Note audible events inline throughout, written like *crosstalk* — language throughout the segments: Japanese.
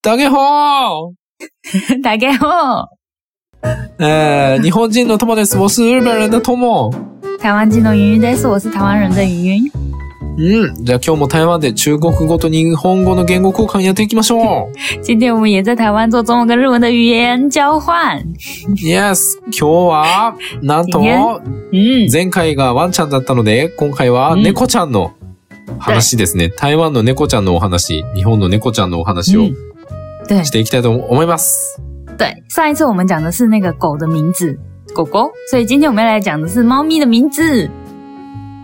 大家好，大家好，呃，日本人の友です。我是日本人的 Tomo。台湾人の云云です。我是台湾人的云云。嗯，じゃあ今日も台湾で中国語と日本語の言語交換やっていきましょう。今天我们也在台湾做中文跟日文的语言交换。嗯 yes, 今日は、なんとい、や嗯，前回がワンちゃんだったので、今回はうん猫ちゃんの話ですね。台湾の猫ちゃんのお話、日本の猫ちゃんのお話を嗯，对していきたいと思います。对，上一次我们讲的是那个狗的名字，狗狗，所以今天我们要来讲的是猫咪的名字。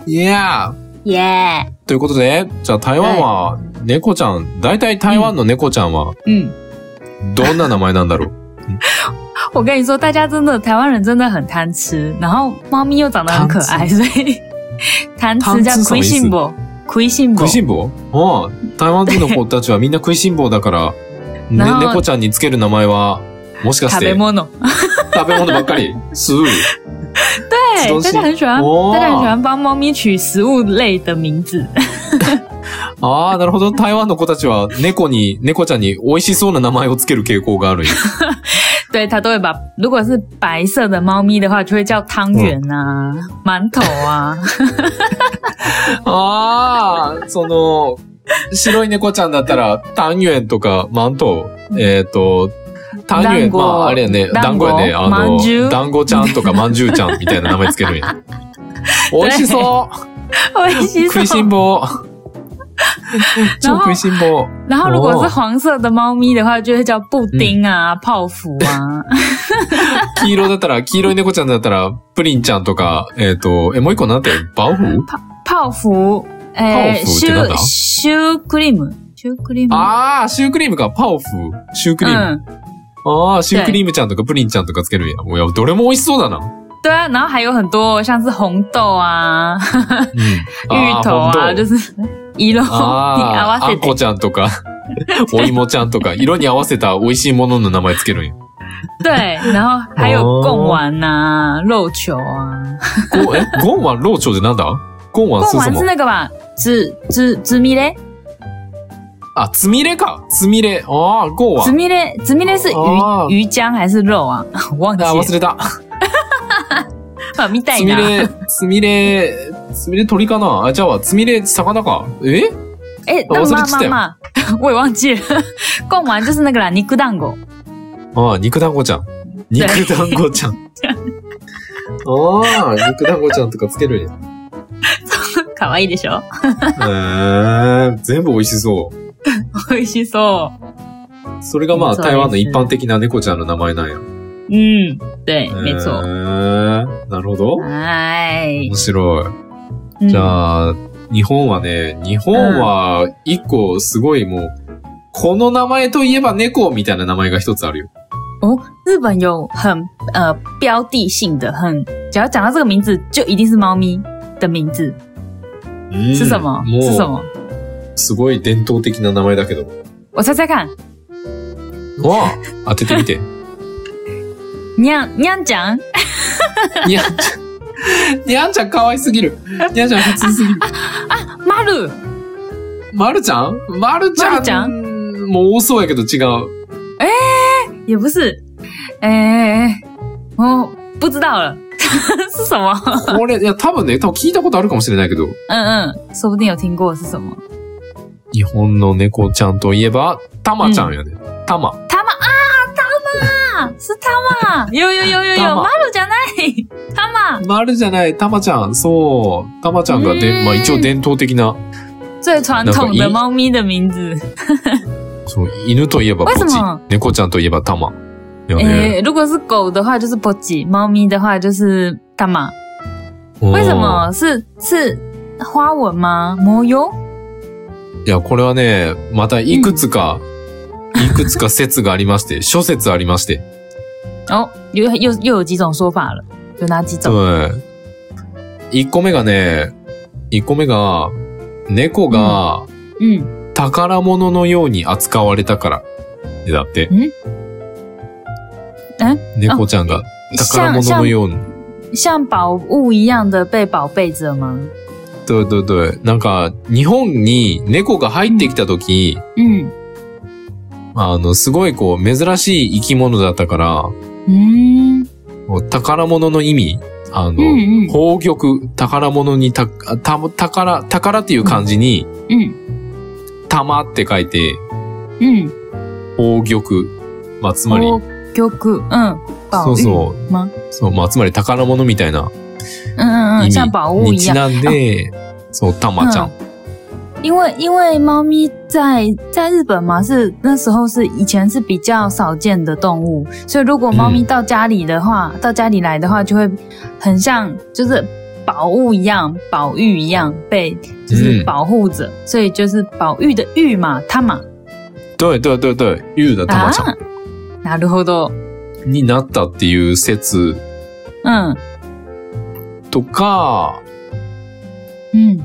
yeah! 耶、ということで、じゃあ台湾は猫ちゃん、大体台湾の猫ちゃんは嗯，どんな名前なんだろう我跟你说，大家真的台湾人真的很贪吃，然后猫咪又长得很可爱，所以贪吃叫贪吃什么意思 quisimbo。亏心食いしん坊うん。台湾人の子たちはみんな食いしん坊だから、 *laughs* ねな、あ猫ちゃんにつける名前は、もしかし食てべ物，食べ物ばっか *laughs* り。すう。吃对，东西大家很喜欢，哦大家很喜欢帮猫咪取食物类的名字。ああ、なるほど。台湾の子たちは猫に、猫ちゃんに美味しそうな名前をつける傾向があるんや。对，它都会把如果是白色的猫咪的话，就会叫汤圆啊、馒头啊。 *laughs* ああ、その、白い猫ちゃんだったら、タンユエンとか、マントウ、えっ、と、タンユエ団ン、子まあ、あれやね、団団子子やね、あまんじゅの、う団子ちゃんとか、まんじゅうちゃんみたいな名前つけるん *laughs* や。美味しそう美味し食いしそん *laughs* う。坊超食いしん坊然后如果是黄色的猫咪的话，就会叫布丁啊、泡芙啊。 *laughs* 黄色だった *laughs* ら、黄色い猫ちゃんだったら、プリンちゃんとか、えっ、と、え、もう一個なんて、バウフ泡芙，哎、泡芙ってなんだ shoe cream，shoe cream，ああ、シュークリームか、パオフ、シュークリーム。嗯，ああ、シュークリームちゃんとかプリンちゃんとかつけるんや。もうや、どれも美味しそうだな。对啊，然后还有很多像是红豆啊、 *laughs* うん。芋头あーほ啊，んと就是 *laughs* 一啊路合あわー、あせんこて，ちゃんと *laughs* か、お芋ちゃんとか、色に合わせた美味しいものの名前つけるんや。对，然后还有哦贡丸啊、肉球啊。ごえ、ゴンワン、ローチョウでなんだゴンワン、贡すーさ丸も是。那个吧？紫紫紫米嘞，あ、つみれか。つみれ。ああ、ゴンワ紫ン。米嘞，紫米嘞是鱼、哦鱼浆还是肉啊？我 *laughs* 忘记あー、忘了。れた。 *laughs* 把米带つみ拿。れ、つみれ、つみれ鳥かなあ、じゃあ、つみれ魚か。え哎，我那忘记妈了妈妈， *laughs* 我也忘记了。贡丸就是那个啦，尼古当狗。ああ、肉団子ちゃん。肉団子ちゃん。 *laughs* ああ、肉団子ちゃんとかつけるんや。可愛いでしょ？ *laughs* えー、全部美味しそう。美味しそう。それがまあ、そうです台湾の一般的な猫ちゃんの名前なんや。嗯，对，没え错。ーなるほど。哎，面白嗯い。じゃあ、日本はね、日本は一個すごいもう、この名前といえば猫みたいな名前が一つあるよ。哦，日本有很呃标的性的，很只要讲到这个名字，就一定是猫咪的名字，是什么？もう是什么？すごい伝統的な名前だけど。我猜猜看，わあ当てて *laughs* みて。你要你にゃ要讲。んちゃん。にゃんちゃん可愛すぎる。にゃんちゃん普通すぎる。马鲁，まるちゃんまるちゃんまるちゃもう多そうやけど違う。也不是，哎、哎哎哦，不知道了， *laughs* 是什么？これ、いや、多分ね、多分聞いたことあるかもしれないけど、嗯嗯，说不定有听过是什么？日本の猫ちゃんといえば、たまちゃんやね。たま。他们啊，他们是 *laughs* 他们，有有有有タ有，マ马鲁讲那，他们まるじゃない、たまちゃん。そう。たまちゃんがうーで、んまあ一応伝統的な、 *laughs* 最传统那个的一猫咪的名字。そう、犬といえばポわチざわざ。猫ちゃんといえばたま。よね。哎、如果是狗的话就是波吉，猫咪的话就是他们。うん为什么？是是花纹吗？模油？いや、これはね、またいくつか、いくつか説がありま *laughs* して、諸説ありまして。哦，又又又有几种说法了，有哪几种？はい。一個目がね、一個目が、猫が嗯，宝物のように扱われたから。だって。んえ猫ちゃんが宝像物像のように。像宝物一样的被宝贝着吗？对对对。なんか、日本に猫が入ってきた時、嗯あの、すごいこう、珍しい生き物だったから、うーん。こう宝物の意味、あの、うんうん宝玉、宝物にた、た、宝、宝っていう漢字に、うん。玉って書いて、うん。宝玉。まあ、つまり、曲。嗯。そう宝玉そ吗？そう、まあ、つまり宝物みたいな嗯意嗯嗯，味像宝物にち一样。なんで、そう、玉ちゃん。因为因为猫咪在在日本嘛，是那时候是以前是比较少见的动物，所以如果猫咪到家里的话，到家里来的话，就会很像就是宝物一样，宝玉一样被就是嗯保护着，所以就是宝玉的玉嘛，它嘛啊对对对对、ゆうだ玉ちゃん。なるほど，になったっていう説嗯とか、嗯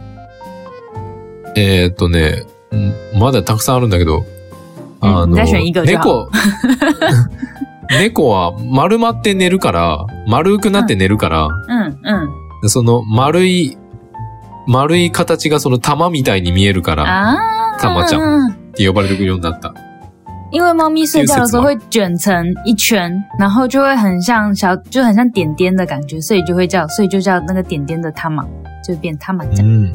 えーっとね、うんまだたくさんあるんだけど、うんじゃあ選一個じゃあ猫、 *laughs* 猫は丸まって寝るから、丸くなって寝るから、嗯嗯その丸い、丸い形がその玉みたいに見えるから、啊，玉ちゃん嗯。って呼ばれるようになった。因为猫咪睡觉的时候会卷成一圈，然后就会很像小，就很像点点的感觉，所以就会叫，所以就叫那个点点的它嘛，就变它嘛う酱。ん。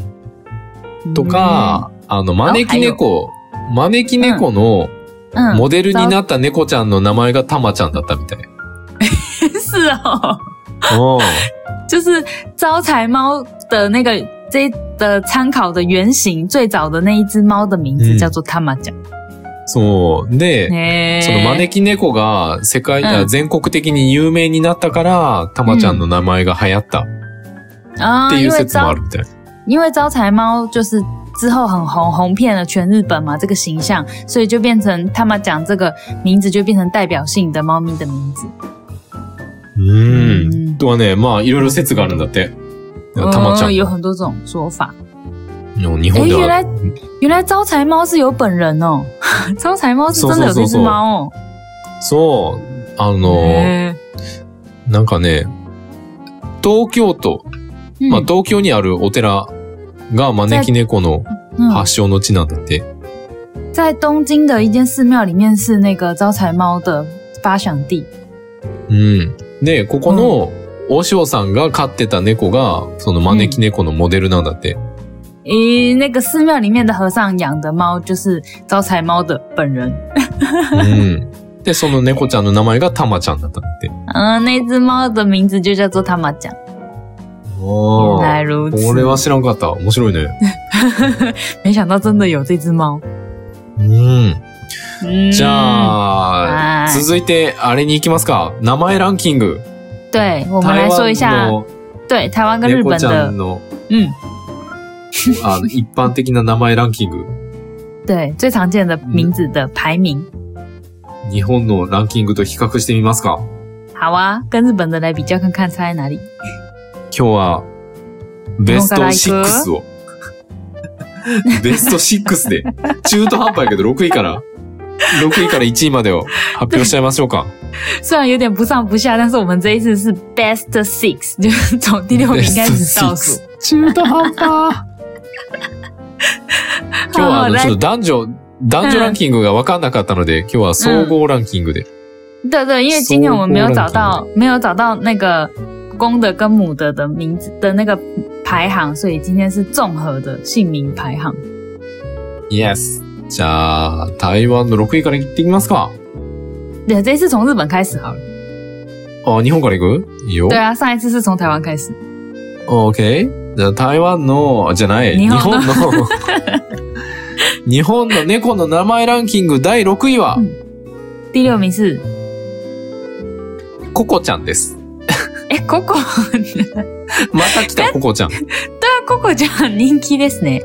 とか、あの、招き猫、招き猫の *laughs* 嗯，モデルになった猫ちゃんの名前が玉ちゃんだったみたい。 *laughs* 是哦，うん。就是招财猫的那个这的参考的原型，最早的那一只猫的名字嗯叫做它嘛酱。そう。で、哎その招き猫が世界、うんあ全国的に有名になったから、たまちゃんの名前が流行ったっ啊てい因う为説も招あるみたい。因为招财猫就是之后很红，红遍了全日本嘛，这个形象，所以就变成他们讲这个名字就变成代表性的猫咪的名字。うん。あとはね、まあ、いろいろ説があるんだって。たまちゃ嗯ん。有很多种说法。日哎、本では。原来原来招财猫是有本人哦， *laughs* 招财猫是真的有这只猫哦。そう。あの、哎なんかね、東京都、嗯まあ、東京にあるお寺が招き猫の嗯，発祥の地なんだって。在东京的一间寺庙里面是那个招财猫的发祥地。うん。で、ここの、お塩さんが飼ってた猫が、その招き猫のモデルなんだって。咦，那个寺庙里面的和尚养的猫就是招财猫的本人。うん。で、その猫ちゃんの名前がたまちゃんだったって。嗯，那只猫的名字就叫做他妈酱。原来あ如こ此れ，は知らんかった。面白いね。没想到真的有这只猫。うん。嗯，じゃあ、はい続いて、あれに行きますか。名前ランキング。对，我们来说一下台，湾对台湾の跟日猫本ちゃ的ん，の、嗯，あの、一般的な名前ランキング。对最常见的名字的排名。日本のランキングと比較してみますか。好啊，跟日本的来比较看看差在哪里。今日は、ベスト6を。ベスト6で、中途半端やけど6位から、6位から1位までを発表しちゃいましょうか。虽然有点不上不下，但是我们这一次是 best six，就是从第六名开始倒ベ数。スト6中途半端。今日はあの、来ちょっと男女、男女ランキングが分かんなかったので、今日は総合ランキングで。对对，因为今天我们没有找到搜没有找到那个公的跟母的的名字的那个排行，所以今天是综合的姓名排行。 Yes。じゃあ、台湾の6位から行ってみますか。对，这一次从日本开始好了。あ、日本から行くいいよ。对啊，上一次是从台湾开始。 OK。じゃあ、台湾の、じゃない、日日本本の、日 *laughs* 本の猫の名前ランキング第6位はう、ん第六名是ココちゃんです。哎 Coco，啊また来たココちゃん。 Coco 就很人気ですね。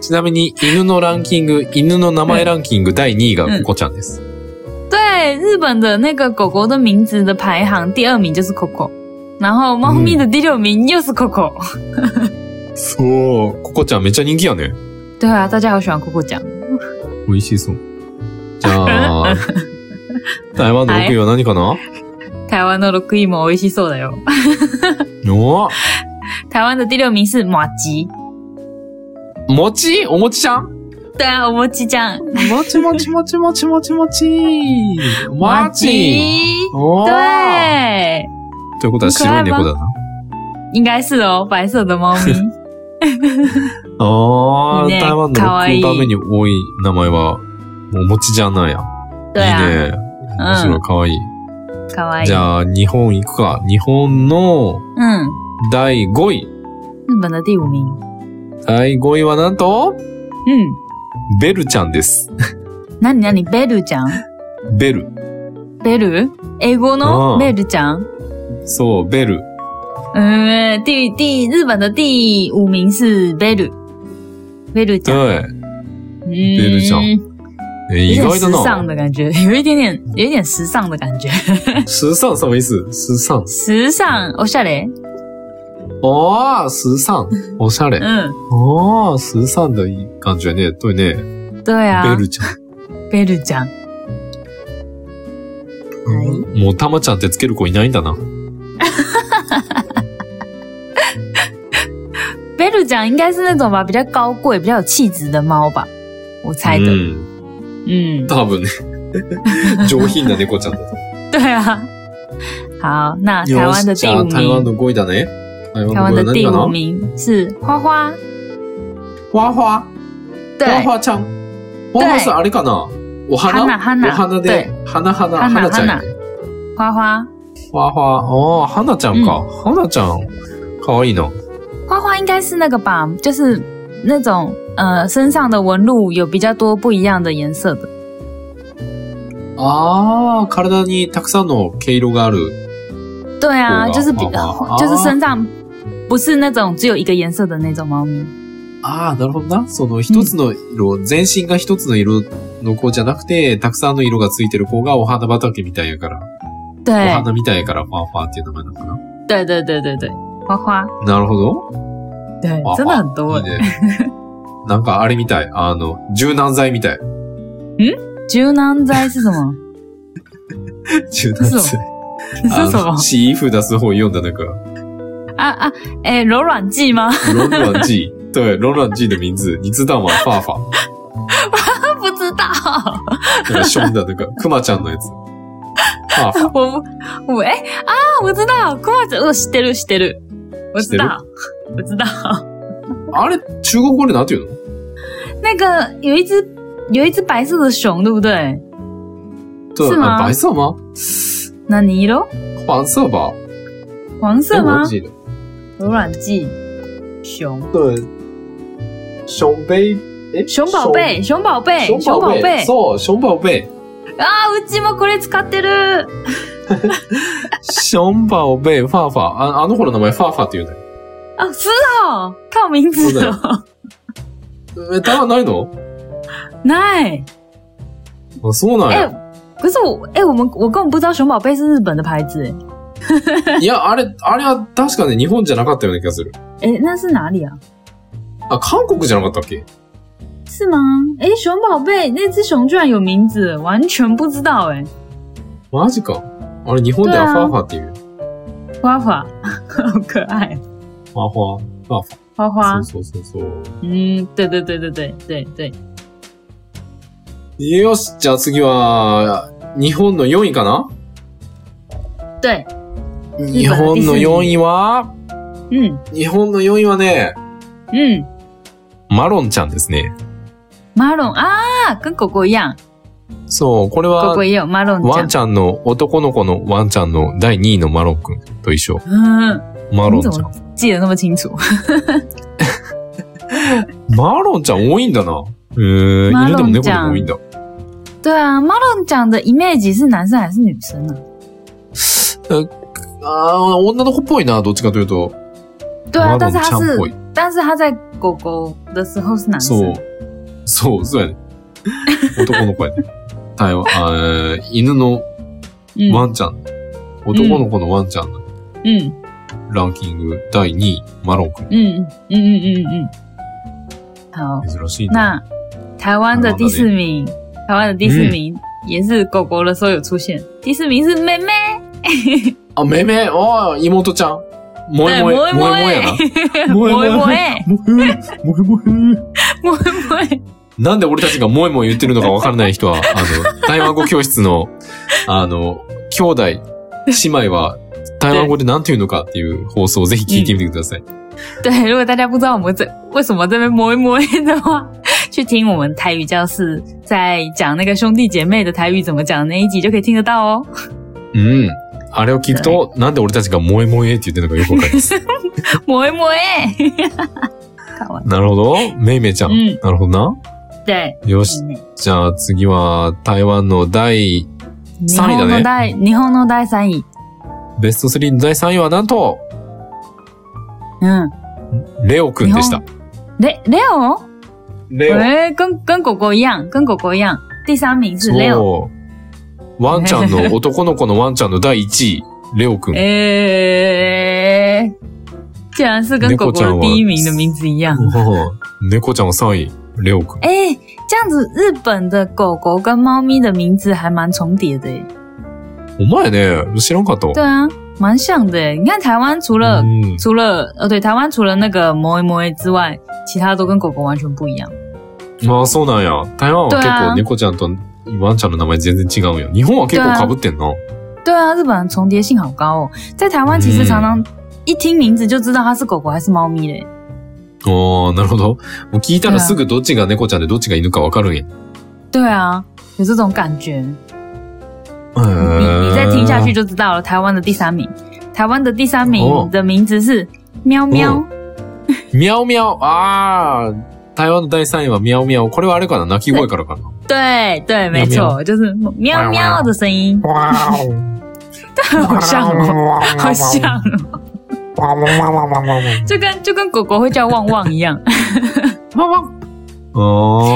ちなみに、犬のランキング、犬の名前ランキング第2位がココちゃんです。对，日本的那个狗狗的名字的排行第二名就是 Coco，然后猫咪的第六名又是 Coco。そう。ココちゃんめっちゃ人気やね。对啊，大家好喜欢 Coco 酱。美味しそう。じゃあ、 *laughs* 台湾の6位は何かな、台湾的六位も美味しそうだよ。お台湾的第六名是马吉。餅お餅ちゃん对啊，おもちちゃん，もちもちもちもちもちもち。マジ。おー。对，ということは白い猫だな。应该是哦，白色的猫 *laughs* 咪。あいいねー、台湾のかわい6い番目に多い名前は、おもちじゃんなんや。对いい啊，ね。面白い、かわいい。可愛い。じゃあ、日本行くか。日本の嗯，第5位。日本的第五名。第5位はなんと、嗯，ベルちゃんです。那你那你贝鲁讲，ベル。贝鲁，英国哦呢？贝鲁讲，そう、ベル。嗯，第第日本的第五名是贝鲁，贝鲁讲，对。嗯，贝鲁酱え意有点外だ时尚な。的感觉，有一点点，有一点时尚的感觉。时尚什么意思时尚。时尚，おしゃれ，哦时尚。おしゃれ。嗯，哦时尚的感觉ね。对ね。对啊，ベルちゃん。贝鲁讲，うんもう、たまちゃんってつける子いないんだな。贝鲁讲应该是那种吧，比较高贵、比较有气质的猫吧，我猜的う。ん。嗯， *laughs* 多 *laughs* 分ね。上品な猫ちゃんだと。对啊。好，那台よ湾的し、じ第ゃ五あ台湾名，の5位だね。台台湾湾的の5位第は五何か名是花花，な花花。花对，花ちゃん。花花是あれかなお花花花お花で对，花花、花花ちゃんやね。花花，花花。哦花ちゃんか。花ちゃん。かわいいな。花花应该是那个吧，就是那种呃身上的纹路有比较多不一样的颜色的。ああ、体にたくさんの毛色がある。对啊，对啊就是比花花 *laughs* 就是啊身上不是那种只有一个颜色的那种猫咪。ああ、なるほどな。その一つの色、全身が一つの色の子じゃなくて、たくさんの色がついてる子がお花畑みたいやから、お对花みたいやから、ファーファーっていう名前なのかな。对对对对对，花花，なるほど。对花，花真的很多欸いい。ね。 *laughs* なんかあれみたい。あの、柔軟剤みた *laughs* い。柔軟剤是什么？柔軟剤。是あ什么の、？シーフ出す本読んだなんか、啊啊，哎，柔软剂吗？ *laughs* ロンロン G。对，ロンロン G 的名字，你知道吗？ファーファ不知道，ー。なんか、ションだ、 *laughs* なんか、クマちゃんのやつ。ファーファー。我不，我哎、啊，我知道，酷儿子，我知ってる知ってる，我知道，我知道。あれ、中国語でなんて言うの那个有一只有一只白色的熊，对不对？对，是吗呃白色吗？那尼咯，黄色吧？黄色哎我吗忘？记了。柔软剂，熊，对，熊贝，哎，熊宝贝，熊宝贝，熊，熊熊宝宝贝贝，そう、熊宝贝，啊！うちもこれ使ってる。熊宝贝，ファーファー。あ、あの子の名前ファーファーって言うね。啊，是哦，它有名字是 *laughs* 哦。え、台湾ないの？奈，あ、そうなん哎、や。可是我，哎、我们我根本不知道熊宝贝是日本的牌子，いや、あれ、あれは確かね、日本じゃなかったような気がする。哎、哎，那是哪里啊？あ、韓国じゃなかったっけ？是吗？哎，熊宝贝那只熊居然有名字，完全不知道哎。マジか。あれ、日本ではファーファーって言う。花花， *laughs* 好可爱，ファーファー。花花。そうそうそうそう。嗯，对对对对对对对，よし、じゃあ次は、日本の4位かな对，日本の4位は、嗯日本の4位はね、嗯，マロンちゃんですね。马龙啊，跟狗狗一样，そう、これ狗は狗、也有马龙ワ酱ン。ちゃんの男の子のワンちゃんの第2位のマロンくんと一緒。嗯，マロン你ちゃ怎么ん。记得那么清楚？ *laughs* マロンちゃん多いんだな。えー、マ犬でロもン猫ちでゃんも多いんだ。对啊，马龙酱的 image 是男生还是女生呢、啊あー、女の子っぽいな、どっちかというと。对啊，マロン但是ち他ゃんっ是ぽい，。但是他在狗狗的时候是男生。そう。そう、そう *laughs* やね。男の子やね。台湾、あー犬のワ嗯ンちゃん。男の子のワンちゃんの嗯ランキング第2位、マロンくん。嗯嗯嗯嗯嗯嗯，好。珍しいな。那台湾的第四名，台湾的第四名、也是狗狗的时候有出现。第四名是妹妹，あ、めめ、あー妹ちゃん。萌え对，萌摸え、一萌摸 *laughs* え萌えやな。哎，摸一摸摸一摸哎，もふもふもふ摸一摸哎，なんで俺たちがもえもえ言ってるのかわからない *laughs* 人は、あの、台湾語教室の、あの、兄弟、姉妹は台湾語で何て言うのかっていう放送をぜひ聞いてみてください。 *laughs* 对，如果大家不知道我们这为什么这边摸一摸一的话， *laughs* 去听我们台语教室在讲那个兄弟姐妹的台语怎么讲的那一集就可以听得到哦。 *laughs* うん。あれを聞くと、なんで俺たちが萌え萌えって言ってるのかよくわかります。摸一摸哎，看完 *laughs* なるほど。めいめいちゃん。嗯なるほどな。对。よし。じゃあ次は、台湾の第、日三位だ本のね第日本の第三位。ベスト3の第3位はなんと、嗯，レオくんでした。雷雷欧，レ哎，跟跟狗狗一样，跟狗狗一样。第三名是雷そ欧，う。ワンちゃんの、男の子のワンちゃんの第1位、レオくん。哎，竟然是跟狗狗的第一名的名字一样。うん猫ちゃんは3位、レオくん。哎、这样子日本的狗狗跟猫咪的名字还蛮重叠的耶。お前ね、知らんかったわ。对啊，蛮像的耶。你看台湾除了、うん除了呃对，台湾除了那个摩耶摩耶之外，其他都跟狗狗完全不一样。まあそうなんや。台湾は結对構啊猫ちゃんとワンちゃんの名前全然違うんよ。日本は結構被ってんな。对啊，日本重叠性好高哦。在台湾其实常常一听名字就知道它是狗狗还是猫咪嘞。おー、なるほど。もう聞いたらすぐどっちが猫ちゃんでどっちが犬かわかるんや。对啊，有这种感觉。你へ你ー再听下去就知道了。台湾的第三名，台湾的第三哦名的名字是喵喵。ミャオミャオ、あー、台湾の第3位はミャオミャオ。これはあれかな鳴き声からかな。对对，没喵错，就是喵喵的声音，哇哦，好像哦，好像哦，哇哇哇哇哇哇！就跟就跟狗狗会叫旺旺一样。あ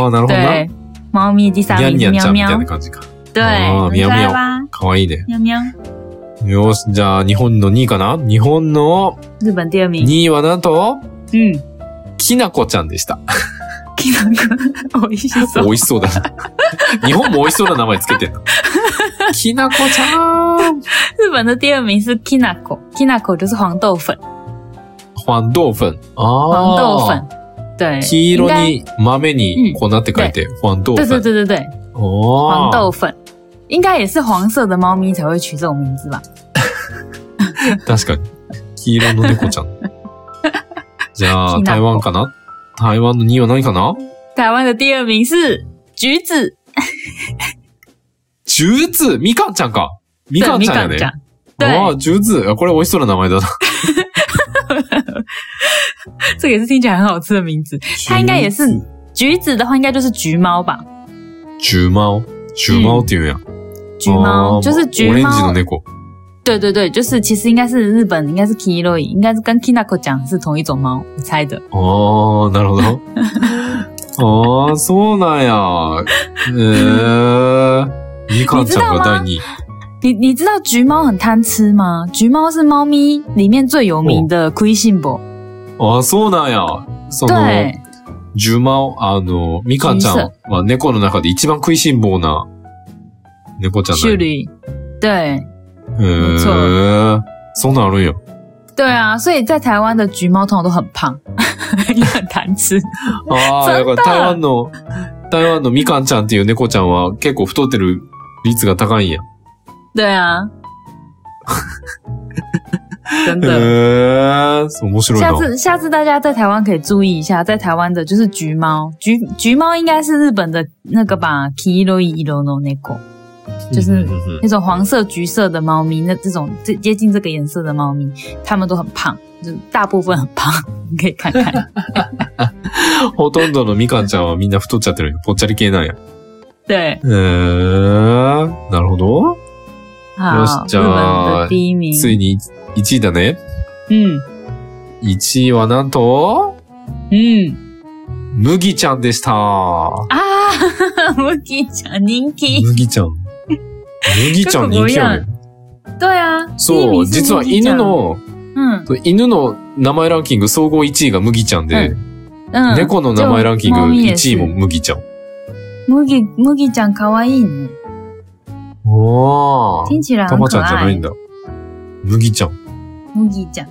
ー、なるほどな。对，猫咪第三ニャン名ニ是ャン喵ちゃんみたい喵な，感じか。对，哦很喵可爱喵吧？かわいいね。喵喵，よし、じゃあ日本の2位かな日本の日本第二名。 2位はなんと、嗯，きなこちゃんでした。听 *laughs* 到歌，我一起走美。味し *laughs* そうだな。日本も美味しそうな名前つけてんの。きなこちゃん。日本的第二名是 kinako，kinako 就是黄豆粉，黄豆粉。あ黄ー豆粉。对，哦黄色应に豆に粉って書いて、黄豆该。对对粉。对对对，黄黄豆粉应该也是黄色的猫咪才会取这种名字吧？確かに。黄色の猫ち *laughs* ゃん。じゃあ、きなこ台湾かな台湾の2位は何かな台湾的第二名是橘子，ジューツみかんちゃんか。み对かん米ちゃ港んやね。酱，ああ、对，ジューツ。あこれ美味しそうな名前だな。这个也是听起来很好吃的名字。它应该也是橘子的话，应该就是橘猫吧？ジュマオ。ジュマオって言うんや。橘あ猫ー就是オレ橘ンジの猫，猫。对对对，就是其实应该是日本，应该是 Kiroi，应该是跟 Kinako 讲是同一种猫，我猜的。ああ、なるほ *laughs* ど。ああ、そうなんや。ええみかんちゃんが第2位。你你知道橘猫很贪吃吗？橘猫是猫咪里面最有名的 q u i s i m b o ああ、そうなんや。その对、ジュマオ、あの、みかんちゃんは猫の中で一番食いしん坊な猫ちゃん距だよ。离，对没错へえ。そんなんあるんや。对啊，所以在台湾的橘猫通常都很胖， *laughs* 也很贪吃。ああ、だそから台湾の、台湾のみかんちゃんっていう猫ちゃんは結構太ってる率が高いんや。对 *laughs* 啊，真へ的。え、そう面白い下な。次下次大家在台湾可以注意一下，在台湾的就是橘猫，橘橘猫应该是日本的那个吧，Kiroi i r o no neko，就是うんうんうん那种黄色、橘色的猫咪，那这种这接近这个颜色的猫咪，它们都很胖，就是大部分很胖， *laughs* 你可以看看。ほとんどのみかんちゃんはみんな太っちゃってるよ。ぽっちゃり系なんや。对，えー、なるほど。好，じ日ゃ本あ的第一名，ついに1位だね。嗯1位はなんと、嗯麦ちゃんでした。啊，我跟你讲，您给麦ちゃん。麦ちゃん人気やね。对啊，第一そ名う、是実は犬 Niki-chan，の、嗯犬の名前ランキング総合1位が麦ちゃんで、嗯，猫の名前ランキング就猫咪也1位是も麦ちゃん。 Mugi Mugi 讲卡哇伊呢，おー听。起来た很まち可ゃんじゃない爱ん。だ。麦ちゃん。 Mugi 讲，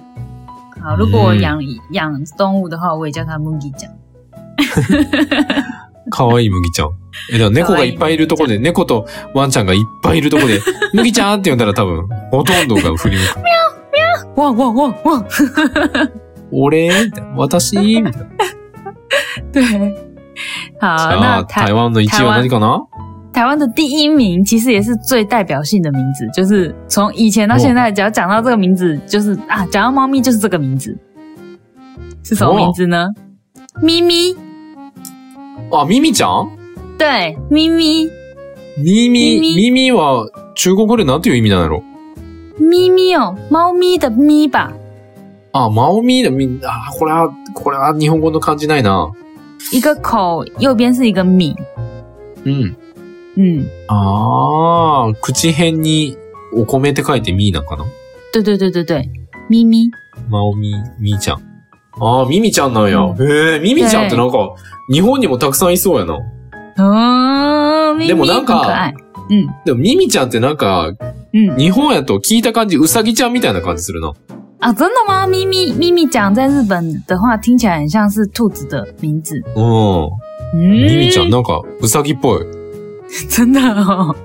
好，如果我养养动物的话，我也叫它 Mugi 讲。可愛い麦ちゃん。え、でも猫がいっぱいいるところで、猫とワンちゃんがいっぱいいるところ *laughs* で、麦ちゃんって呼んだら多分、ほとんどが振り向く。哇哇哇哇！ *laughs* 俺みたいな私みたいな。对，好，さ那あ、台台湾の1位は何かな台湾的第一名其实也是最代表性的名字，就是从以前到现在，只要讲到这个名字，就是啊，讲到猫咪就是这个名字，是什么名字呢？咪咪，あ、ミミちゃん对，咪咪，ミミ、ミミミミは中国語で何ていう意味なんだろう咪咪哦，猫咪的咪吧，あ、マオミーだ、み、あ、これは、これは日本語の感じないな。一个口右边是一个米，うん。嗯，あー、口辺にお米って書いてミーなんかな对对对对对，咪咪，マオミ、ミーちゃん。あー、ミミちゃんなんや。うへえ、ミミちゃんってなんか、日本にもたくさんいそうやな。哦，咪でも咪な很んか可爱，嗯でもミミちゃんってなんか、嗯，日本やと聞いた感じ、ウサギちゃんみたいな感じするな。啊，真的吗？咪咪咪咪讲在日本的话，听起来很像是兔子的名字，うん。嗯，ミミちゃんなんか、ウサギっぽい。 *laughs* 真的哦，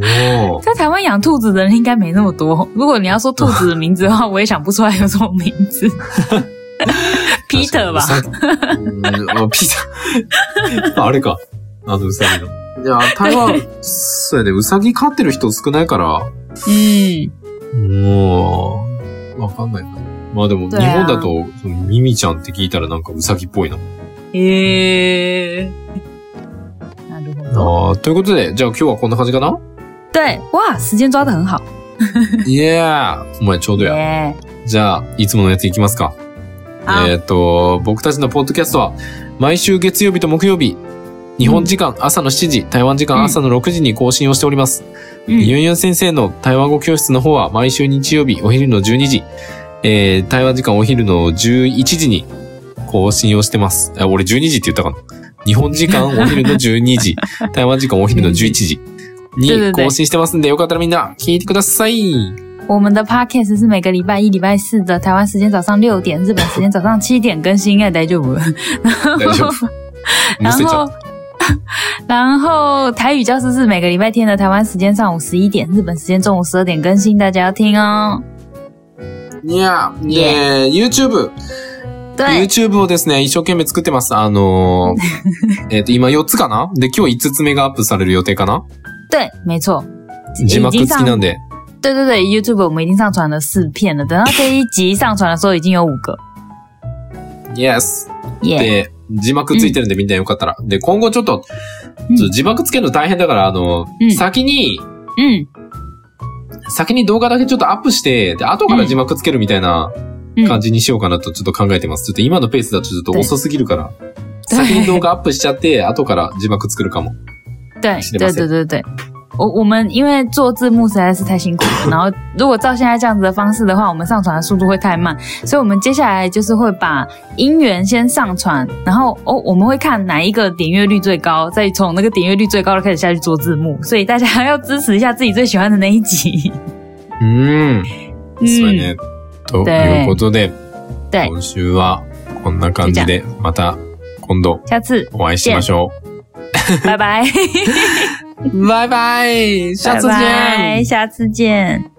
おー在台湾养兔子的人应该没那么多。如果你要说兔子的名字的话，我也想不出来有什么名字。Peter 吧，確かにウサギうんあピーター。 *laughs* あれか。あの、ウサギの。いや、台湾、そうやね、ウサギ飼ってる人少ないから、嗯，もう、わかんないな。まあでも、日そうや本だと、そのミミちゃんって聞いたらなんかウサギっぽいな。耶，那如果あーということで、じゃあ今日はこんな感じかな对，哇，时间抓得很好，いやーお前ちょうどや。耶，じゃあ、いつものやついきますか。好えっ、と、僕たちのポッドキャストは、毎週月曜日と木曜日、日本時間朝の7時、台湾時間朝の6時に更新をしております。嗯ユンユン先生の台湾語教室の方は、毎週日曜日お昼の12時、えー台湾時間お昼の11時に更新をしてます。あ俺12時って言ったかな日本時間お昼の12時、 *laughs* 台湾時間お昼の11時对对に对更新してますんで、よかったらみんな聞いてください。我们的 podcast 是每个礼拜一、礼拜四的台湾时间早上六点，日本时间早上七点更新，哎，大丈夫。大丈 *laughs* 夫。*laughs* む然せちゃ后う。，然后台语教室是每个礼拜天的台湾时间上午十一点，日本时间中午十二点更新，大家要听哦。いや、いや、YouTube。对， YouTube をですね、一生懸命作ってます。あの *laughs* ーえっと、今4つかなで、今日5つ目がアップされる予定かな对，没错，字幕已经付きな上んで。对对对，YouTube 我们已经上传了四片了，等到这一集上传的时候已经有五个， Yes。耶、で、字幕ついてるんでみんなよかったら。で、今後ちょっと、うんちょっと字幕つけるの大変だから、あのーうん先に、嗯先に動画だけちょっとアップして、で、後から字幕つけるみたいな感嗯，じにしようかなとちょっと考えてます。ちょっと今のペースだとちょっと遅すぎるから。对先に動画アップしちゃって、后から字幕作るかも。对是的对是的对对对。我我们因为做字幕实在是太辛苦了，然后如果照现在这样子的方式的话，我们上传的速度会太慢，所以我们接下来就是会把音源先上传，然后哦我们会看哪一个点阅率最高，再从那个点阅率最高的开始下去做字幕，所以大家要支持一下自己最喜欢的那一集。嗯うーん。そうやね。ということで、对，今週はこんな感じで、また今度下次お会いしましょ拜拜，う。バイバイ下拜次见拜，下次见。